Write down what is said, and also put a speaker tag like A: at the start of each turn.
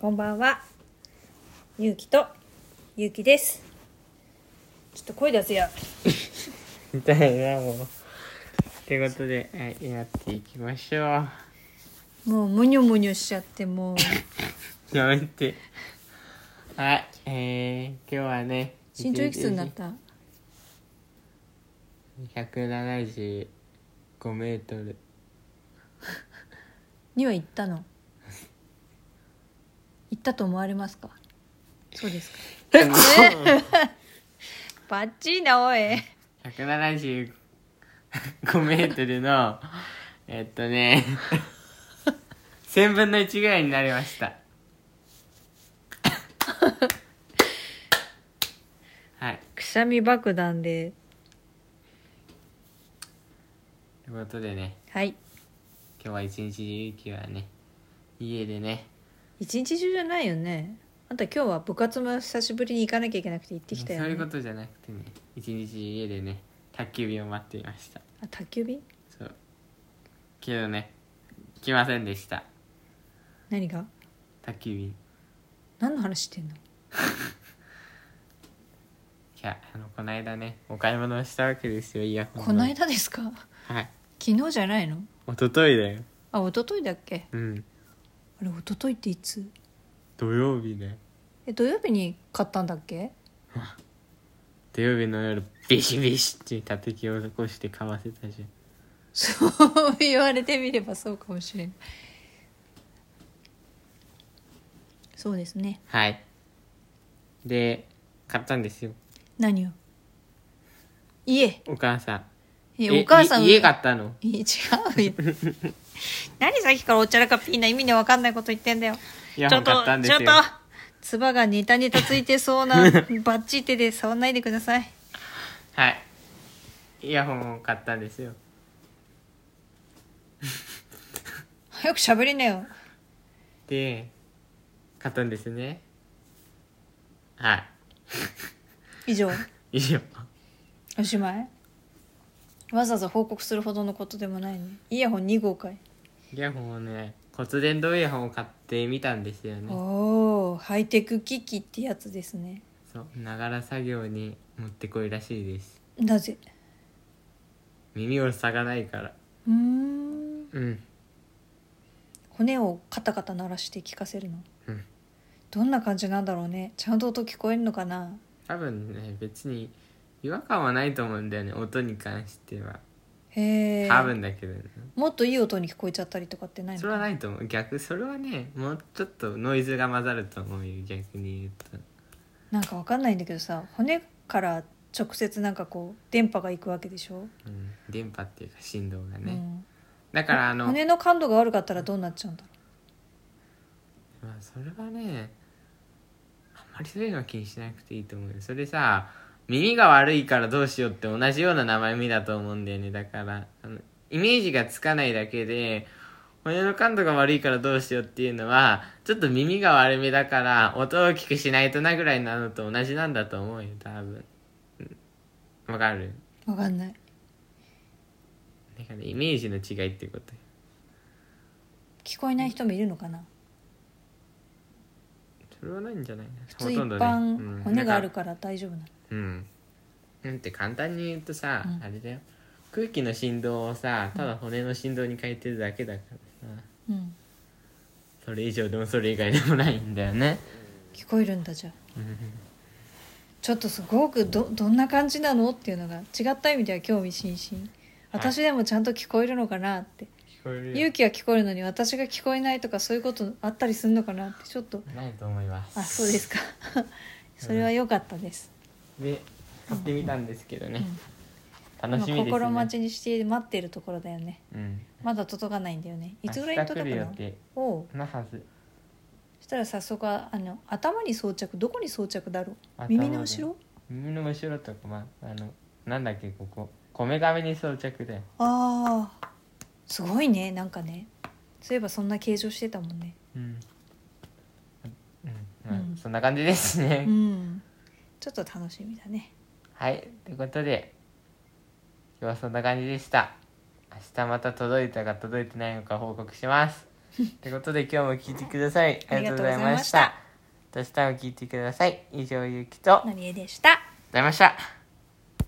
A: こんばんは。ゆうきとゆうきです。ちょっと声出せや。
B: みたいなもう。ってことで、はい、やっていきましょ
A: もうむにょむにょしちゃって もう
B: う。やめて。はい、えー、今日はね。
A: 身長いくつになった？
B: ?175 メートル。
A: には行ったの。行ったと思われますか？そうですか。 バッチリなおい。
B: 175メートルの、 えっとね、1000分の1ぐらいになりました。 はい。
A: くしゃみ爆弾で、
B: ということでね、
A: はい。
B: 今日は一日ゆうきはね、家でね、
A: 一日中じゃないよね。あんた今日は部活も久しぶりに行かなきゃいけなくて行ってきたよ、ね。
B: そういうことじゃなくてね一日家でね宅急便を待っていました
A: あ宅急便？
B: そうけどね来ませんでした
A: 何が？
B: 宅急便
A: 何の話してんの？
B: いやあのこないだねお買い物をしたわけですよイヤホン
A: こないだですか？
B: はい
A: 昨日じゃないの？
B: 一昨日だよ
A: あ一昨日だっけ？
B: うん
A: あれ一昨日っていつ
B: 土曜日ね
A: え土曜日に買ったんだっけ
B: 土曜日の夜ビシビシって叩きを起こしてかませたじ
A: そう言われてみればそうかもしれないそうですね
B: ゃんはいで買ったんですよ
A: 何を家
B: お母さん
A: えお母さん
B: い家買ったの
A: い 違うよ何さっきからおっちゃらかピーな意味のわかんないこと言ってんだよ
B: イ
A: ちょ
B: ヤ
A: っと
B: ホン
A: ち
B: 買ったんです
A: ょ
B: よ
A: っとつばがネタネタついてそうなバッチ手で触んないでください
B: はいイヤホンを買ったんですよ
A: 早く喋りなよ
B: で買ったんですねは
A: 以上
B: い 以上
A: おしまいわざわざ報告するほどのことでもないねイヤホン2号かい
B: イヤホンをね骨伝導イヤホンを買ってみたんですよね
A: おおハイテク機器ってやつですね
B: そうながら作業に持ってこいらしいです
A: なぜ
B: 耳を塞がないから
A: うーん
B: うん
A: 骨をカタカタ鳴らして聞かせるの
B: うん
A: どんな感じなんだろうねちゃんと音聞こえるのかな
B: 多分ね別に違和感はないと思うんだよね音に関しては
A: へえ
B: 多分だけどね
A: もっといい音に聞こえちゃったりとかってないの
B: そ
A: か
B: れは
A: な
B: ないと思う逆それはねもうちょっとノイズが混ざると思うよ逆に言うと
A: なんかわかんないんだけどさ骨から直接なんかこう電波が行くわけでしょ、
B: うん、電波っていうか振動がね、
A: うん
B: だからあの、
A: 骨の感度が悪かったらどうなっちゃうんだろ
B: まあそれはねあんまりそういうのは気にしなくていいと思うよそれさ耳が悪いからどうしようって同じような名前見だと思うんだよねだからあのイメージがつかないだけで骨の感度が悪いからどうしようっていうのはちょっと耳が悪めだから音を大きくしないとなぐらいなのと同じなんだと思うよ多分うんわかる
A: うわかんない
B: だからイメージの違いってことよ
A: 聞こえない人もいるのかな
B: それはないんじゃない
A: 普
B: ほ
A: 通一
B: とんどねうん
A: 般骨があ
B: だから
A: るから大丈夫なの
B: うん。なんて簡単に言うとさ、
A: うん
B: あれだよ。空気の振動をさ、ただ骨の振動に変えてるだけだからさ、
A: うん
B: それ以上でもそれ以外でもないんだよね。
A: 聞こえるんだじゃあちょっとすごくどどんな感じなのっていうのが違った意味では興味津々私でもちゃんと聞こえるのかなって、
B: 聞こえ
A: 勇気は聞こえるのに私が聞こえないとかそういうことあったりするのかなってちょっと
B: ないと思います。
A: あそうですか それは良かったです、
B: で、買ってみたんですけどね。楽
A: 今
B: しみです、ね。
A: 心待ちにして待っているところだよね
B: うん。
A: まだ届かないんだよねいつぐらいに届く
B: 明
A: の
B: 日来る予
A: おおう
B: 定なはず。
A: そしたら早速ああの頭に装着どこに装着だろう
B: 頭で
A: 耳の後ろ
B: 耳の後ろとか、まあ、あの、なんだっけ、ここ。こめかみに装着だよ。
A: ああすごいねなんかねそういえばそんな形状してたもんね
B: うん。うん、まあ
A: うん
B: そんな感じですね。
A: うんちょっと楽しみだね
B: はい、ということで 今日はそんな感じでした明日また届いたか届いてないのか報告しますってことで今日も聞いてください。あ
A: あ
B: り
A: り
B: が
A: が
B: と
A: とうご
B: うござ
A: ざ
B: い
A: い
B: ま
A: ま
B: し
A: したた。
B: 明日も聞いてください。以上、ゆうきと、ござ
A: なりえでした
B: いました。